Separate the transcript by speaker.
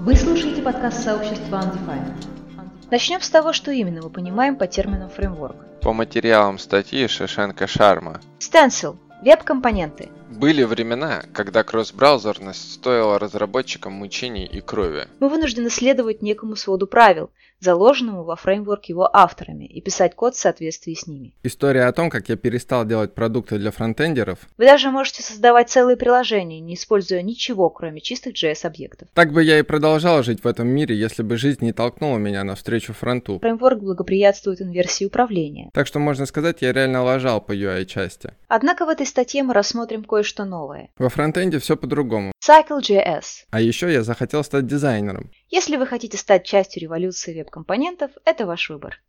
Speaker 1: Вы слушаете подкаст сообщества Undefined. Начнем с того, что именно мы понимаем по термину фреймворк.
Speaker 2: По материалам статьи Шишенко Шарма.
Speaker 1: Stencil – веб-компоненты.
Speaker 2: Были времена, когда кросс-браузерность стоила разработчикам мучений и крови.
Speaker 1: Мы вынуждены следовать некому своду правил, заложенному во фреймворк его авторами, и писать код в соответствии с ними.
Speaker 3: История о том, как я перестал делать продукты для фронтендеров,
Speaker 1: Вы даже можете создавать целые приложения, не используя ничего, кроме чистых JS-объектов.
Speaker 3: так бы я и продолжал жить в этом мире, если бы жизнь не толкнула меня навстречу фронту.
Speaker 1: Фреймворк благоприятствует инверсии управления.
Speaker 3: Так что можно сказать, я реально лажал по UI-части.
Speaker 1: Однако в этой статье мы рассмотрим кое-что новое.
Speaker 3: Во фронтенде все по-другому.
Speaker 1: Cycle.js.
Speaker 3: А еще я захотел стать дизайнером.
Speaker 1: Если вы хотите стать частью революции веб-компонентов, это ваш выбор.